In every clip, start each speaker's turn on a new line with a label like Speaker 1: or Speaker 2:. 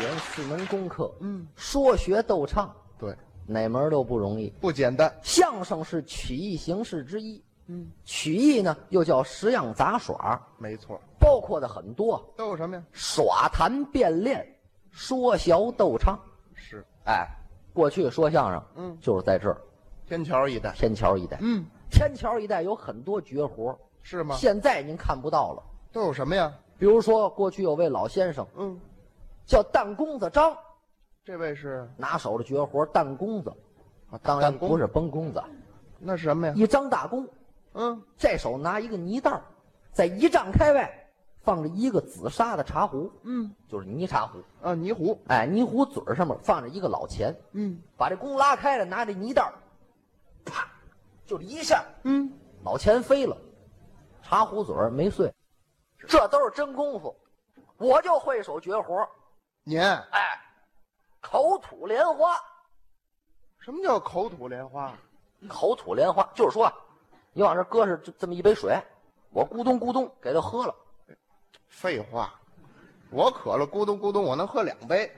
Speaker 1: 研四门功课，
Speaker 2: 嗯，
Speaker 1: 说学逗唱
Speaker 2: 对，
Speaker 1: 哪门儿都不容易。
Speaker 2: 不简单。
Speaker 1: 相声是曲艺形式之一，
Speaker 2: 嗯，
Speaker 1: 曲艺呢又叫十样杂耍，
Speaker 2: 没错。
Speaker 1: 包括的很多，
Speaker 2: 都有什么呀？
Speaker 1: 耍弹变练，说学逗唱。
Speaker 2: 是
Speaker 1: 哎，过去说相声，
Speaker 2: 嗯
Speaker 1: 就是在这儿
Speaker 2: 天桥一带。
Speaker 1: 天桥一带，
Speaker 2: 嗯，
Speaker 1: 天桥一带有很多绝活，
Speaker 2: 是吗？
Speaker 1: 现在您看不到了。
Speaker 2: 都有什么呀？
Speaker 1: 比如说，过去有位老先生
Speaker 2: 嗯，
Speaker 1: 叫弹弓子张，
Speaker 2: 这位是
Speaker 1: 拿手的绝活弹弓子，
Speaker 2: 啊
Speaker 1: 当然
Speaker 2: 弹弓
Speaker 1: 不是崩弓子，
Speaker 2: 那是什么呀？
Speaker 1: 一张大弓，
Speaker 2: 嗯，
Speaker 1: 这手拿一个泥袋儿，在一丈开外放着一个紫砂的茶壶，
Speaker 2: 嗯，
Speaker 1: 就是泥茶壶，
Speaker 2: 啊，泥壶。
Speaker 1: 哎，泥壶嘴儿上面放着一个老钱，
Speaker 2: 嗯
Speaker 1: 把这弓拉开了，拿这泥袋儿，啪，就这一下，
Speaker 2: 嗯，
Speaker 1: 老钱飞了，茶壶嘴儿没碎，这都是真功夫，我就会一手绝活儿，
Speaker 2: 您
Speaker 1: 哎，口吐莲花，
Speaker 2: 什么叫口吐莲花？
Speaker 1: 口吐莲花就是说啊，你往这搁上这这么一杯水，我咕咚咕咚给它喝了，
Speaker 2: 废话，我渴了，咕咚咕咚，我能喝两杯。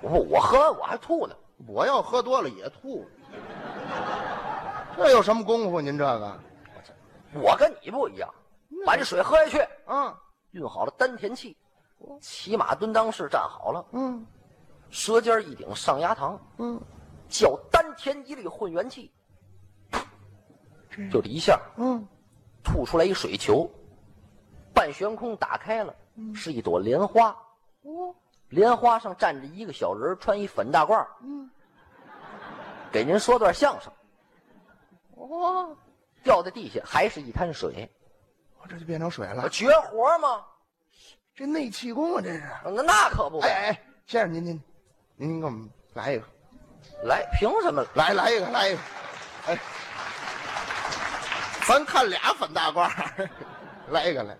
Speaker 1: 我我喝完我还吐呢，
Speaker 2: 我要喝多了也吐。这有什么功夫？您这个，
Speaker 1: 我跟你不一样，
Speaker 2: 嗯
Speaker 1: 把这水喝下去，
Speaker 2: 啊，
Speaker 1: 运好了丹田气，骑马蹲裆式站好了，
Speaker 2: 嗯
Speaker 1: 舌尖一顶上牙膛，
Speaker 2: 嗯
Speaker 1: 脚丹田一力混元气，就这一下
Speaker 2: 嗯，
Speaker 1: 吐出来一水球，半悬空打开了，
Speaker 2: 嗯
Speaker 1: 是一朵莲花，
Speaker 2: 哦，
Speaker 1: 莲花上站着一个小人儿，穿一粉大褂儿，
Speaker 2: 嗯
Speaker 1: 给您说段相声，
Speaker 2: 哦，
Speaker 1: 掉在地下还是一滩水，
Speaker 2: 啊这就变成水了，
Speaker 1: 绝活吗？
Speaker 2: 这内气功啊，这是。
Speaker 1: 那那可不呗，
Speaker 2: 哎哎哎，先生您您您给我们来一个，
Speaker 1: 来凭什么？
Speaker 2: 来来一个来一个，哎，咱看俩粉大褂儿，来一个来，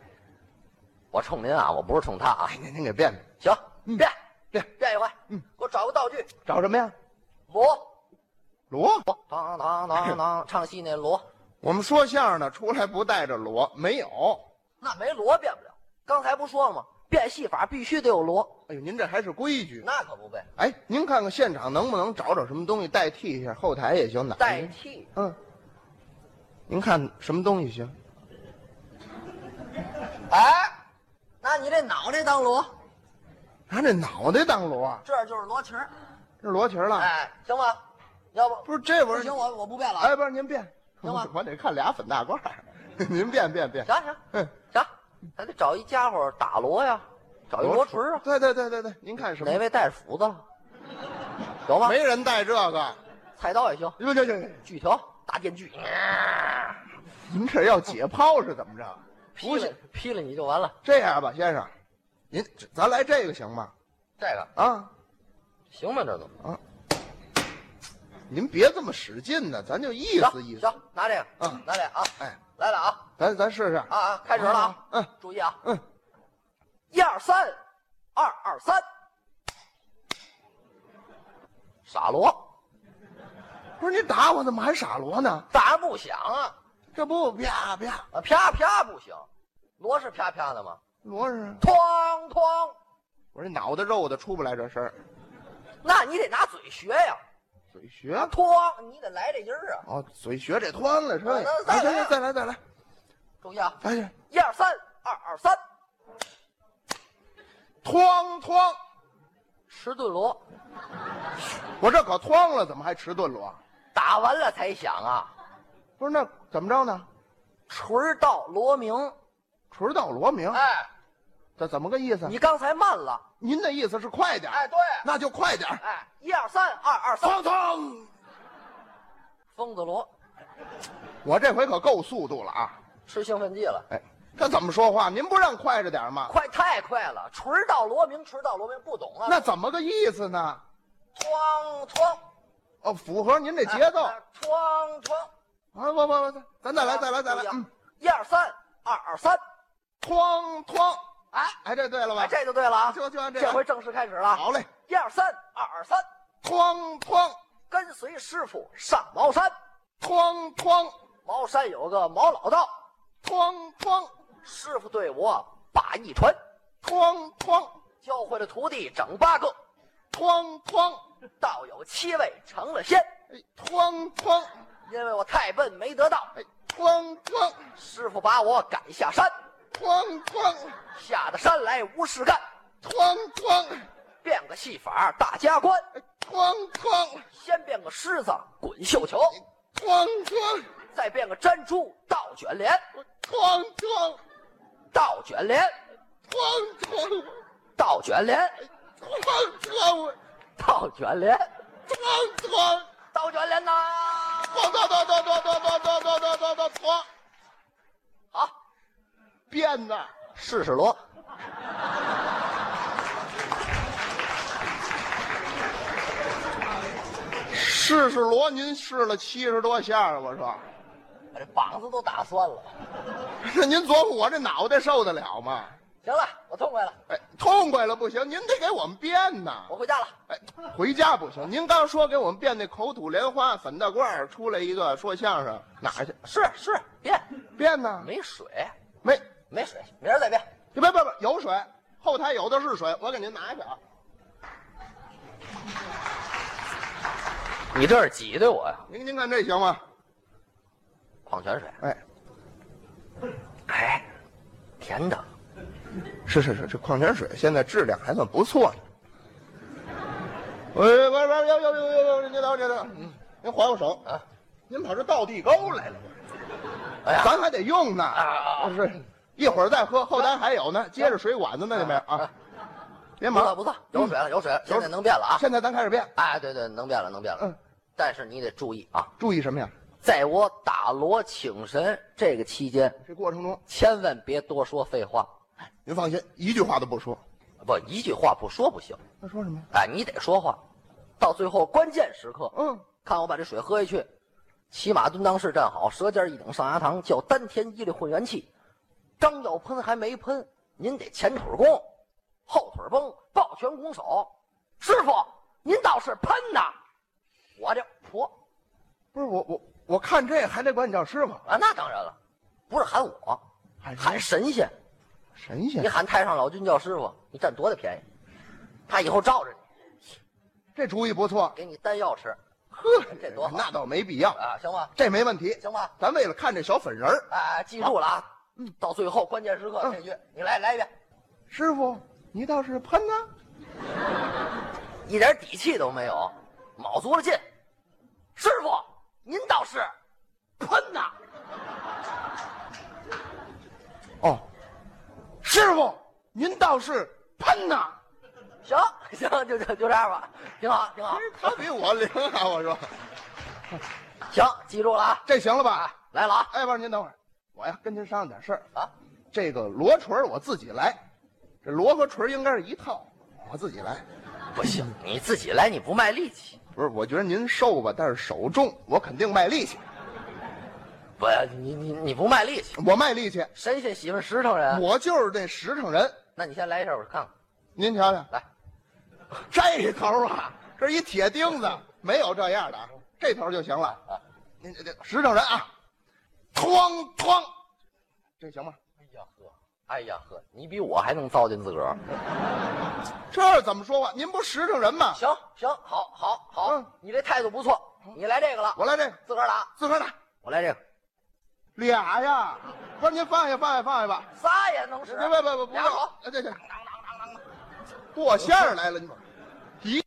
Speaker 1: 我冲您啊，我不是冲他啊
Speaker 2: 哎。您您给变变，
Speaker 1: 行，变
Speaker 2: 变
Speaker 1: 变一回，嗯，给我找个道具，
Speaker 2: 找什么呀？
Speaker 1: 锣，
Speaker 2: 锣。
Speaker 1: 当当当当，唱戏那锣，
Speaker 2: 我们说相声的出来不带着锣，没有。
Speaker 1: 那没锣变不了。刚才不说了吗？变戏法必须得有锣，
Speaker 2: 哎呦，您这还是规矩。
Speaker 1: 那可不呗，
Speaker 2: 哎，您看看现场能不能找找什么东西代替一下，后台也行，哪
Speaker 1: 代替
Speaker 2: 嗯，您看什么东西行？
Speaker 1: 哎，那你这脑袋当锣，
Speaker 2: 拿这脑袋当锣啊，
Speaker 1: 这就是锣旗儿，
Speaker 2: 这锣蹄儿了。
Speaker 1: 哎，行吧？要不
Speaker 2: 不是这
Speaker 1: 不
Speaker 2: 玩意
Speaker 1: 行，
Speaker 2: 儿，
Speaker 1: 我我不变了啊。
Speaker 2: 哎，不是您变，
Speaker 1: 行吧
Speaker 2: 我得看俩粉大褂儿， 您变变变。
Speaker 1: 行行
Speaker 2: 嗯
Speaker 1: 行，还得找一家伙打锣呀，找一锣锤儿啊。
Speaker 2: 对对对对对，您看什么
Speaker 1: 哪？位带着斧子了？有吗？
Speaker 2: 没人带这个。
Speaker 1: 菜刀也行，
Speaker 2: 行行行，
Speaker 1: 锯条、大电锯，
Speaker 2: 您这 要解剖是怎么着？
Speaker 1: 劈了劈了你就完了。
Speaker 2: 这样吧，先生，您咱来这个行吗？
Speaker 1: 这个
Speaker 2: 啊，
Speaker 1: 行吗？这都
Speaker 2: 您别这么使劲呢，咱就意思意
Speaker 1: 行
Speaker 2: 思。
Speaker 1: 行，拿这个，
Speaker 2: 嗯
Speaker 1: 拿这个啊，
Speaker 2: 哎，
Speaker 1: 来了啊
Speaker 2: 咱咱试试。
Speaker 1: 啊啊，开始了啊，
Speaker 2: 嗯，
Speaker 1: 注意啊，
Speaker 2: 嗯，
Speaker 1: 一二三，二二三，傻锣，
Speaker 2: 不是你打我，怎么还傻锣呢？
Speaker 1: 当然不响啊，
Speaker 2: 这不啪啪
Speaker 1: 啊啪啪不行，锣是啪啪的吗？
Speaker 2: 锣是？
Speaker 1: 哐哐，
Speaker 2: 我这脑袋肉的出不来这声儿，
Speaker 1: 那你得拿嘴学呀，
Speaker 2: 嘴
Speaker 1: 啊
Speaker 2: 学
Speaker 1: 哐，你得来这音儿啊，
Speaker 2: 哦，嘴学这团了是吧？
Speaker 1: 那啊再
Speaker 2: 哎行
Speaker 1: 来
Speaker 2: 行，再来再来，
Speaker 1: 注意啊，
Speaker 2: 哎呀，
Speaker 1: 一二三，二二三，
Speaker 2: 哐哐，
Speaker 1: 迟钝锣，
Speaker 2: 我这可哐了，怎么还迟钝锣？
Speaker 1: 打完了才响啊，
Speaker 2: 不是那怎么着呢？
Speaker 1: 锤儿到锣鸣，
Speaker 2: 迟到锣鸣，
Speaker 1: 哎。
Speaker 2: 这怎么个意思？
Speaker 1: 你刚才慢了，
Speaker 2: 您的意思是快点儿？
Speaker 1: 哎，对，
Speaker 2: 那就快点儿，
Speaker 1: 哎，一二三，二二三，
Speaker 2: 哐当！
Speaker 1: 疯子罗
Speaker 2: 我这回可够速度了啊！
Speaker 1: 吃兴奋剂了，
Speaker 2: 哎，这怎么说话？您不让快着点儿吗？
Speaker 1: 快太快了，锤儿到罗明，锤儿到罗明，不懂啊，
Speaker 2: 那怎么个意思呢？
Speaker 1: 哐哐，
Speaker 2: 哦，符合您这节奏。
Speaker 1: 哎，哐哐，
Speaker 2: 啊，不不不，咱再来，再来，再来
Speaker 1: 注意。啊
Speaker 2: 嗯，
Speaker 1: 一二三，二二三，
Speaker 2: 哐哐，
Speaker 1: 哎，
Speaker 2: 哎，这对了吧？
Speaker 1: 哎，这就对了啊，
Speaker 2: 就就按这
Speaker 1: 这
Speaker 2: 样
Speaker 1: 回正式开始了，
Speaker 2: 好嘞，
Speaker 1: 一二三，二二三，
Speaker 2: 哐哐
Speaker 1: 跟随师傅上茅山，
Speaker 2: 哐哐
Speaker 1: 茅山有个毛老道，
Speaker 2: 哐哐
Speaker 1: 师傅对我把一传，
Speaker 2: 哐哐，
Speaker 1: 教会了徒弟整八个，
Speaker 2: 哐哐，
Speaker 1: 道友七位成了仙。
Speaker 2: 哎，哐哐，
Speaker 1: 因为我太笨没得道，
Speaker 2: 哎，哐哐，
Speaker 1: 师傅把我赶下山，
Speaker 2: 哐哐，
Speaker 1: 下的山来无事干，
Speaker 2: 哐哐，
Speaker 1: 变个戏法大家观，
Speaker 2: 哎哐哐，
Speaker 1: 先变个狮子滚绣球，
Speaker 2: 哐哐，
Speaker 1: 再变个珍珠倒卷帘，
Speaker 2: 哐哐，
Speaker 1: 倒卷帘，
Speaker 2: 哐哐，
Speaker 1: 倒卷帘，
Speaker 2: 哐哐，
Speaker 1: 倒卷帘，
Speaker 2: 哐哐。
Speaker 1: 倒卷帘呐！
Speaker 2: 哐哐哐哐哐哐哐哐哐哐哐哐，
Speaker 1: 好，
Speaker 2: 鞭子，
Speaker 1: 试试锣。
Speaker 2: 试试锣，您试了七十多下了，我说，
Speaker 1: 把这膀子都打酸了。
Speaker 2: 那您琢磨我这脑袋受得了吗？
Speaker 1: 行了，我痛快了，
Speaker 2: 哎，痛快了不行，您得给我们变呐
Speaker 1: 我。回家了。
Speaker 2: 哎，回家不行，您刚说给我们变那口吐莲花粉大褂儿出来一个说相声，哪去？
Speaker 1: 是是，变
Speaker 2: 变呢？
Speaker 1: 没水，
Speaker 2: 没，
Speaker 1: 没水，明儿再变。
Speaker 2: 别别别，有水，后台有的是水，我给您拿去啊。
Speaker 1: 你这是挤兑我呀？
Speaker 2: 您您看这行吗？
Speaker 1: 矿泉水，
Speaker 2: 哎，
Speaker 1: 哎，甜的，
Speaker 2: 是是是，这矿泉水现在质量还算不错呢。哎喂喂喂喂，呦呦呦呦呦，您等您等，您还我手
Speaker 1: 啊！
Speaker 2: 您跑这倒地沟来了，
Speaker 1: 哎呀，啊
Speaker 2: 咱还得用呢。是，一会儿再喝，后台还有呢，接着水管子呢，那边啊。别
Speaker 1: 不错
Speaker 2: 忙，
Speaker 1: 不错，有水了有水了，现在能变了啊！
Speaker 2: 现在咱开始变，
Speaker 1: 哎，对对，能变了能变了。
Speaker 2: 嗯，
Speaker 1: 但是你得注意啊，
Speaker 2: 注意什么呀？
Speaker 1: 在我打锣请神这个期间，
Speaker 2: 这过程中，
Speaker 1: 千万别多说废话，
Speaker 2: 您放心，一句话都不说。
Speaker 1: 不一句话不说不行。
Speaker 2: 那说什么呀？
Speaker 1: 哎，你得说话，到最后关键时刻，
Speaker 2: 嗯，
Speaker 1: 看我把这水喝下去，骑马蹲裆式站好，舌尖一顶上牙膛，叫丹田一力混元气。张要喷还没喷，您得前腿弓，后腿绷，抱拳拱手。师傅，您倒是喷呐！我这婆
Speaker 2: 不是我我我看这还得管你叫师傅，
Speaker 1: 啊，那当然了，不是喊我，
Speaker 2: 喊谁
Speaker 1: 喊神仙。
Speaker 2: 神仙
Speaker 1: 你，喊太上老君叫师傅，你占多大便宜？他以后罩着你，
Speaker 2: 这主意不错。
Speaker 1: 给你丹药吃
Speaker 2: 呵，
Speaker 1: 这多好
Speaker 2: 那倒没必要，
Speaker 1: 啊，行吗？
Speaker 2: 这没问题。
Speaker 1: 行吧，
Speaker 2: 咱为了看这小粉人儿，
Speaker 1: 哎，记住了啊，嗯，到最后关键时刻
Speaker 2: 嗯
Speaker 1: 这句，你来来一遍。
Speaker 2: 师傅，你倒是喷呐、
Speaker 1: 一点底气都没有，卯足了劲。师傅，您倒是喷呐！
Speaker 2: 哦，师傅，您倒是喷呐、
Speaker 1: 行行，就就就这样吧，挺好挺好。
Speaker 2: 他比我灵啊！我说，
Speaker 1: 行，记住了啊，
Speaker 2: 这行了吧？
Speaker 1: 来了啊
Speaker 2: 哎，不是，您等会儿，我呀跟您商量点事儿。
Speaker 1: 啊，
Speaker 2: 这个罗锤儿我自己来，这罗和锤儿应该是一套，我自己来。
Speaker 1: 不行，你自己来，你不卖力气。
Speaker 2: 不是，我觉得您瘦吧，但是手重，我肯定卖力气。
Speaker 1: 不，你你你不卖力气，
Speaker 2: 我卖力气，
Speaker 1: 神仙喜欢实诚人。
Speaker 2: 我就是这实诚人。
Speaker 1: 那你先来一下，我看看。
Speaker 2: 您瞧瞧，
Speaker 1: 来，
Speaker 2: 这头啊，这一铁钉子，没有这样的啊，这头就行了。您这这实诚人啊，哐哐，这行吗？
Speaker 1: 哎呀呵，哎呀呵，你比我还能糟践自个儿。
Speaker 2: 这怎么说话？您不实诚人吗？
Speaker 1: 行行，好，好，好，
Speaker 2: 嗯
Speaker 1: 你这态度不错。你来这个了，
Speaker 2: 我来这个，
Speaker 1: 自个儿打，
Speaker 2: 自个儿打
Speaker 1: 嗯我来这个，
Speaker 2: 俩呀，不是您放下放下放下吧，
Speaker 1: 仨也能使
Speaker 2: 别。别别别不
Speaker 1: 俩
Speaker 2: 够
Speaker 1: 手，
Speaker 2: 哎这这，剁馅儿来了，你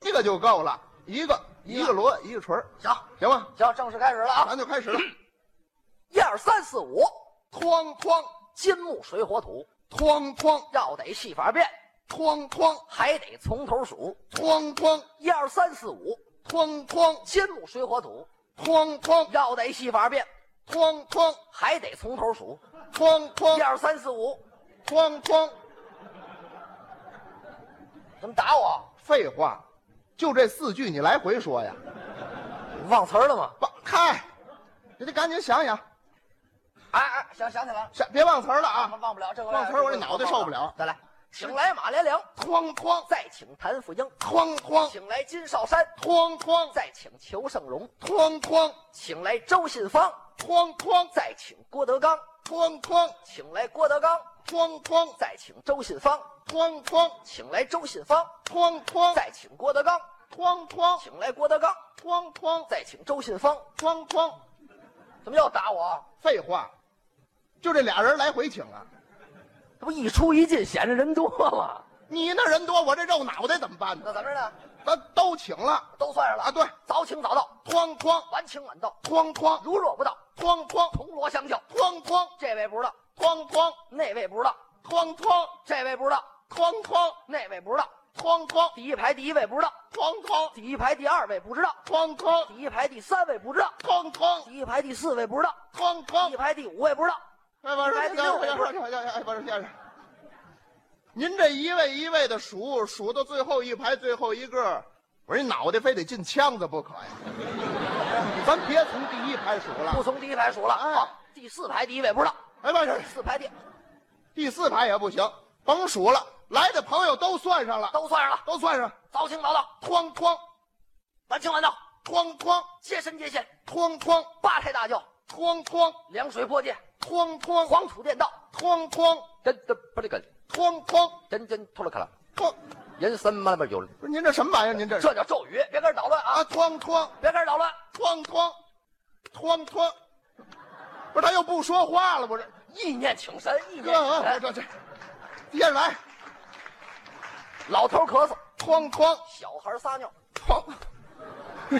Speaker 2: 一个就够了，一个一个锣一个锤儿，
Speaker 1: 行
Speaker 2: 行吗？
Speaker 1: 行，正式开始了啊！
Speaker 2: 咱就开始了，
Speaker 1: 一二三四五，
Speaker 2: 哐哐
Speaker 1: 金木水火土，
Speaker 2: 哐哐
Speaker 1: 要得戏法变，
Speaker 2: 哐哐
Speaker 1: 还得从头数。
Speaker 2: 哐哐
Speaker 1: 一二三四五，
Speaker 2: 哐哐。
Speaker 1: 金木水火土，
Speaker 2: 哐哐
Speaker 1: 要得戏法变，
Speaker 2: 哐哐
Speaker 1: 还得从头数。
Speaker 2: 哐
Speaker 1: 一
Speaker 2: 哐
Speaker 1: 二三四五，
Speaker 2: 哐哐，
Speaker 1: 怎么打我？
Speaker 2: 废话，就这四句你来回说呀。
Speaker 1: 忘词儿了吗？
Speaker 2: 忘嗨，你得赶紧想想，
Speaker 1: 哎哎，想想起来了，
Speaker 2: 想别忘词儿了啊。
Speaker 1: 忘不了这个。
Speaker 2: 忘词儿我这脑袋受不了嗯
Speaker 1: 再来，请来马连良，
Speaker 2: 哐哐
Speaker 1: 再请谭富英，
Speaker 2: 哐哐
Speaker 1: 请来金少山，
Speaker 2: 哐哐
Speaker 1: 再请裘盛戎，
Speaker 2: 哐哐
Speaker 1: 请来周信芳，
Speaker 2: 哐哐
Speaker 1: 再请郭德纲，
Speaker 2: 哐哐
Speaker 1: 请来郭德纲。
Speaker 2: 哐哐
Speaker 1: 再请周信芳，
Speaker 2: 哐哐
Speaker 1: 请来周信芳，
Speaker 2: 哐哐
Speaker 1: 再请郭德纲，
Speaker 2: 哐哐
Speaker 1: 请来郭德纲，
Speaker 2: 哐哐
Speaker 1: 再请周信芳。
Speaker 2: 哐哐。
Speaker 1: 怎么又打我啊？
Speaker 2: 废话，就这俩人来回请啊！
Speaker 1: 这不一出一进，显着人多吗？
Speaker 2: 你那人多，我这肉脑袋怎么办呢？
Speaker 1: 那咱们呢？
Speaker 2: 咱都请了，
Speaker 1: 都算上了
Speaker 2: 啊对
Speaker 1: 早请早到，
Speaker 2: 哐哐
Speaker 1: 晚请晚到，
Speaker 2: 哐哐
Speaker 1: 如若不到，
Speaker 2: 哐哐
Speaker 1: 铜锣相叫。
Speaker 2: 哐哐
Speaker 1: 这位不知道，
Speaker 2: 哐哐
Speaker 1: 那位不知道，
Speaker 2: 哐哐
Speaker 1: 这位不知道，
Speaker 2: 哐哐
Speaker 1: 那位不知道，
Speaker 2: 哐哐
Speaker 1: 第一排第一位不知道，
Speaker 2: 哐哐
Speaker 1: 第一排第二位不知道，
Speaker 2: 哐哐
Speaker 1: 第一排第三位不知道，
Speaker 2: 哐哐
Speaker 1: 第一排第四位不知道，
Speaker 2: 哐
Speaker 1: 第一
Speaker 2: 哐。
Speaker 1: 排第五位不知道。
Speaker 2: 哎，王先生，哎，王先生，哎，王先生，您这一位一位的数，数到最后一排最后一个，我这脑袋非得进腔子不可呀！咱别从第一排数了
Speaker 1: 不。从第一排数了，
Speaker 2: 哎
Speaker 1: 好，第四排第一位不知道，
Speaker 2: 哎，不是
Speaker 1: 第，四排第
Speaker 2: 第四排也不行，甭数了，来的朋友都算上了，
Speaker 1: 都算上了，
Speaker 2: 都算上，
Speaker 1: 早请早到，
Speaker 2: 哐哐
Speaker 1: 晚请晚到，
Speaker 2: 哐哐
Speaker 1: 接神接线，
Speaker 2: 哐哐
Speaker 1: 八抬大轿，
Speaker 2: 哐哐
Speaker 1: 凉水泼界，
Speaker 2: 哐哐
Speaker 1: 黄土垫道，
Speaker 2: 哐哐
Speaker 1: 真真不这个，
Speaker 2: 哐哐
Speaker 1: 真真脱了开了，
Speaker 2: 哐，
Speaker 1: 人参嘛那边有了，
Speaker 2: 不是您这什么玩意儿？您这是
Speaker 1: 这叫咒语，别跟人捣乱啊
Speaker 2: 啊，，哐哐
Speaker 1: 别跟人捣乱，
Speaker 2: 哐哐哐哐，不是他又不说话了，不是
Speaker 1: 意念请神，意念
Speaker 2: 哥，
Speaker 1: 请
Speaker 2: 啊我
Speaker 1: 神，
Speaker 2: 这这，接着来，
Speaker 1: 老头咳嗽，
Speaker 2: 哐哐
Speaker 1: 小孩撒尿，
Speaker 2: 哐，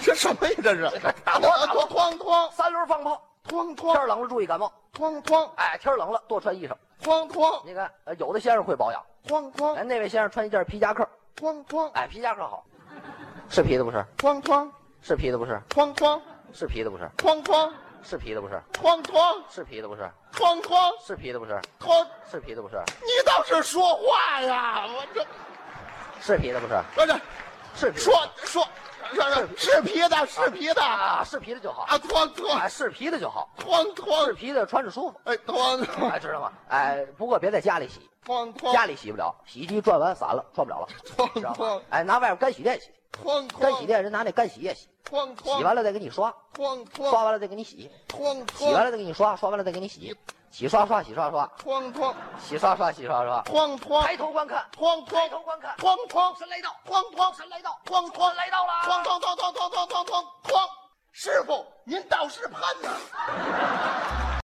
Speaker 2: 这什么呀？这是
Speaker 1: 打锣
Speaker 2: 啊
Speaker 1: 打锣
Speaker 2: 哐哐
Speaker 1: 三轮放炮，
Speaker 2: 哐
Speaker 1: 天
Speaker 2: 哐
Speaker 1: 儿冷了注意感冒，
Speaker 2: 哐哐
Speaker 1: 哎，天儿冷了多穿衣裳。
Speaker 2: 哐哐
Speaker 1: 你看，呃有的先生会保养，
Speaker 2: 哐哐
Speaker 1: 哎，。那位先生穿一件皮夹克，
Speaker 2: 哐哐
Speaker 1: 哎，皮夹克好，是皮的不是？
Speaker 2: 哐哐
Speaker 1: 是皮的不是？
Speaker 2: 哐哐
Speaker 1: 是皮的不是？
Speaker 2: 哐哐
Speaker 1: 是皮的不是？
Speaker 2: 哐哐
Speaker 1: 是皮的不是？
Speaker 2: 哐哐
Speaker 1: 是皮的不是？
Speaker 2: 哐，
Speaker 1: 是皮的不是？
Speaker 2: 你倒是说话呀！我这
Speaker 1: 是皮的不是？
Speaker 2: 我这
Speaker 1: 是皮的
Speaker 2: 说说说说是皮的，是皮的啊！
Speaker 1: 啊，是皮的就好，
Speaker 2: 哐哐
Speaker 1: 哎，是皮的就好，
Speaker 2: 哐
Speaker 1: 是
Speaker 2: 哐，
Speaker 1: 皮的穿着舒服，
Speaker 2: 哎哐哐
Speaker 1: 哎，知道吗？哎，不过别在家里洗，
Speaker 2: 哐
Speaker 1: 家
Speaker 2: 哐
Speaker 1: 里洗不了，洗衣机转完散了，穿不了了，知道
Speaker 2: 哐
Speaker 1: 吗
Speaker 2: 哐？
Speaker 1: 哎，拿外边干洗店洗，
Speaker 2: 哐
Speaker 1: 干洗
Speaker 2: 哐
Speaker 1: 店人拿那干洗液洗，
Speaker 2: 哐
Speaker 1: 洗
Speaker 2: 哐
Speaker 1: 完了再给你刷，
Speaker 2: 哐
Speaker 1: 刷
Speaker 2: 哐
Speaker 1: 完了再给你洗，
Speaker 2: 哐
Speaker 1: 洗完
Speaker 2: 哐
Speaker 1: 了再给你刷，刷完了再给你洗，洗刷刷洗刷刷，
Speaker 2: 哐哐
Speaker 1: 洗刷刷洗刷刷，
Speaker 2: 哐哐
Speaker 1: 抬头观看，
Speaker 2: 哐
Speaker 1: 抬
Speaker 2: 哐
Speaker 1: 头观看，
Speaker 2: 哐哐
Speaker 1: 神来到，
Speaker 2: 哐哐
Speaker 1: 神来到，
Speaker 2: 哐哐
Speaker 1: 来到了，
Speaker 2: 哐哐哐哐哐哐哐哐！师傅，您倒是潘呐！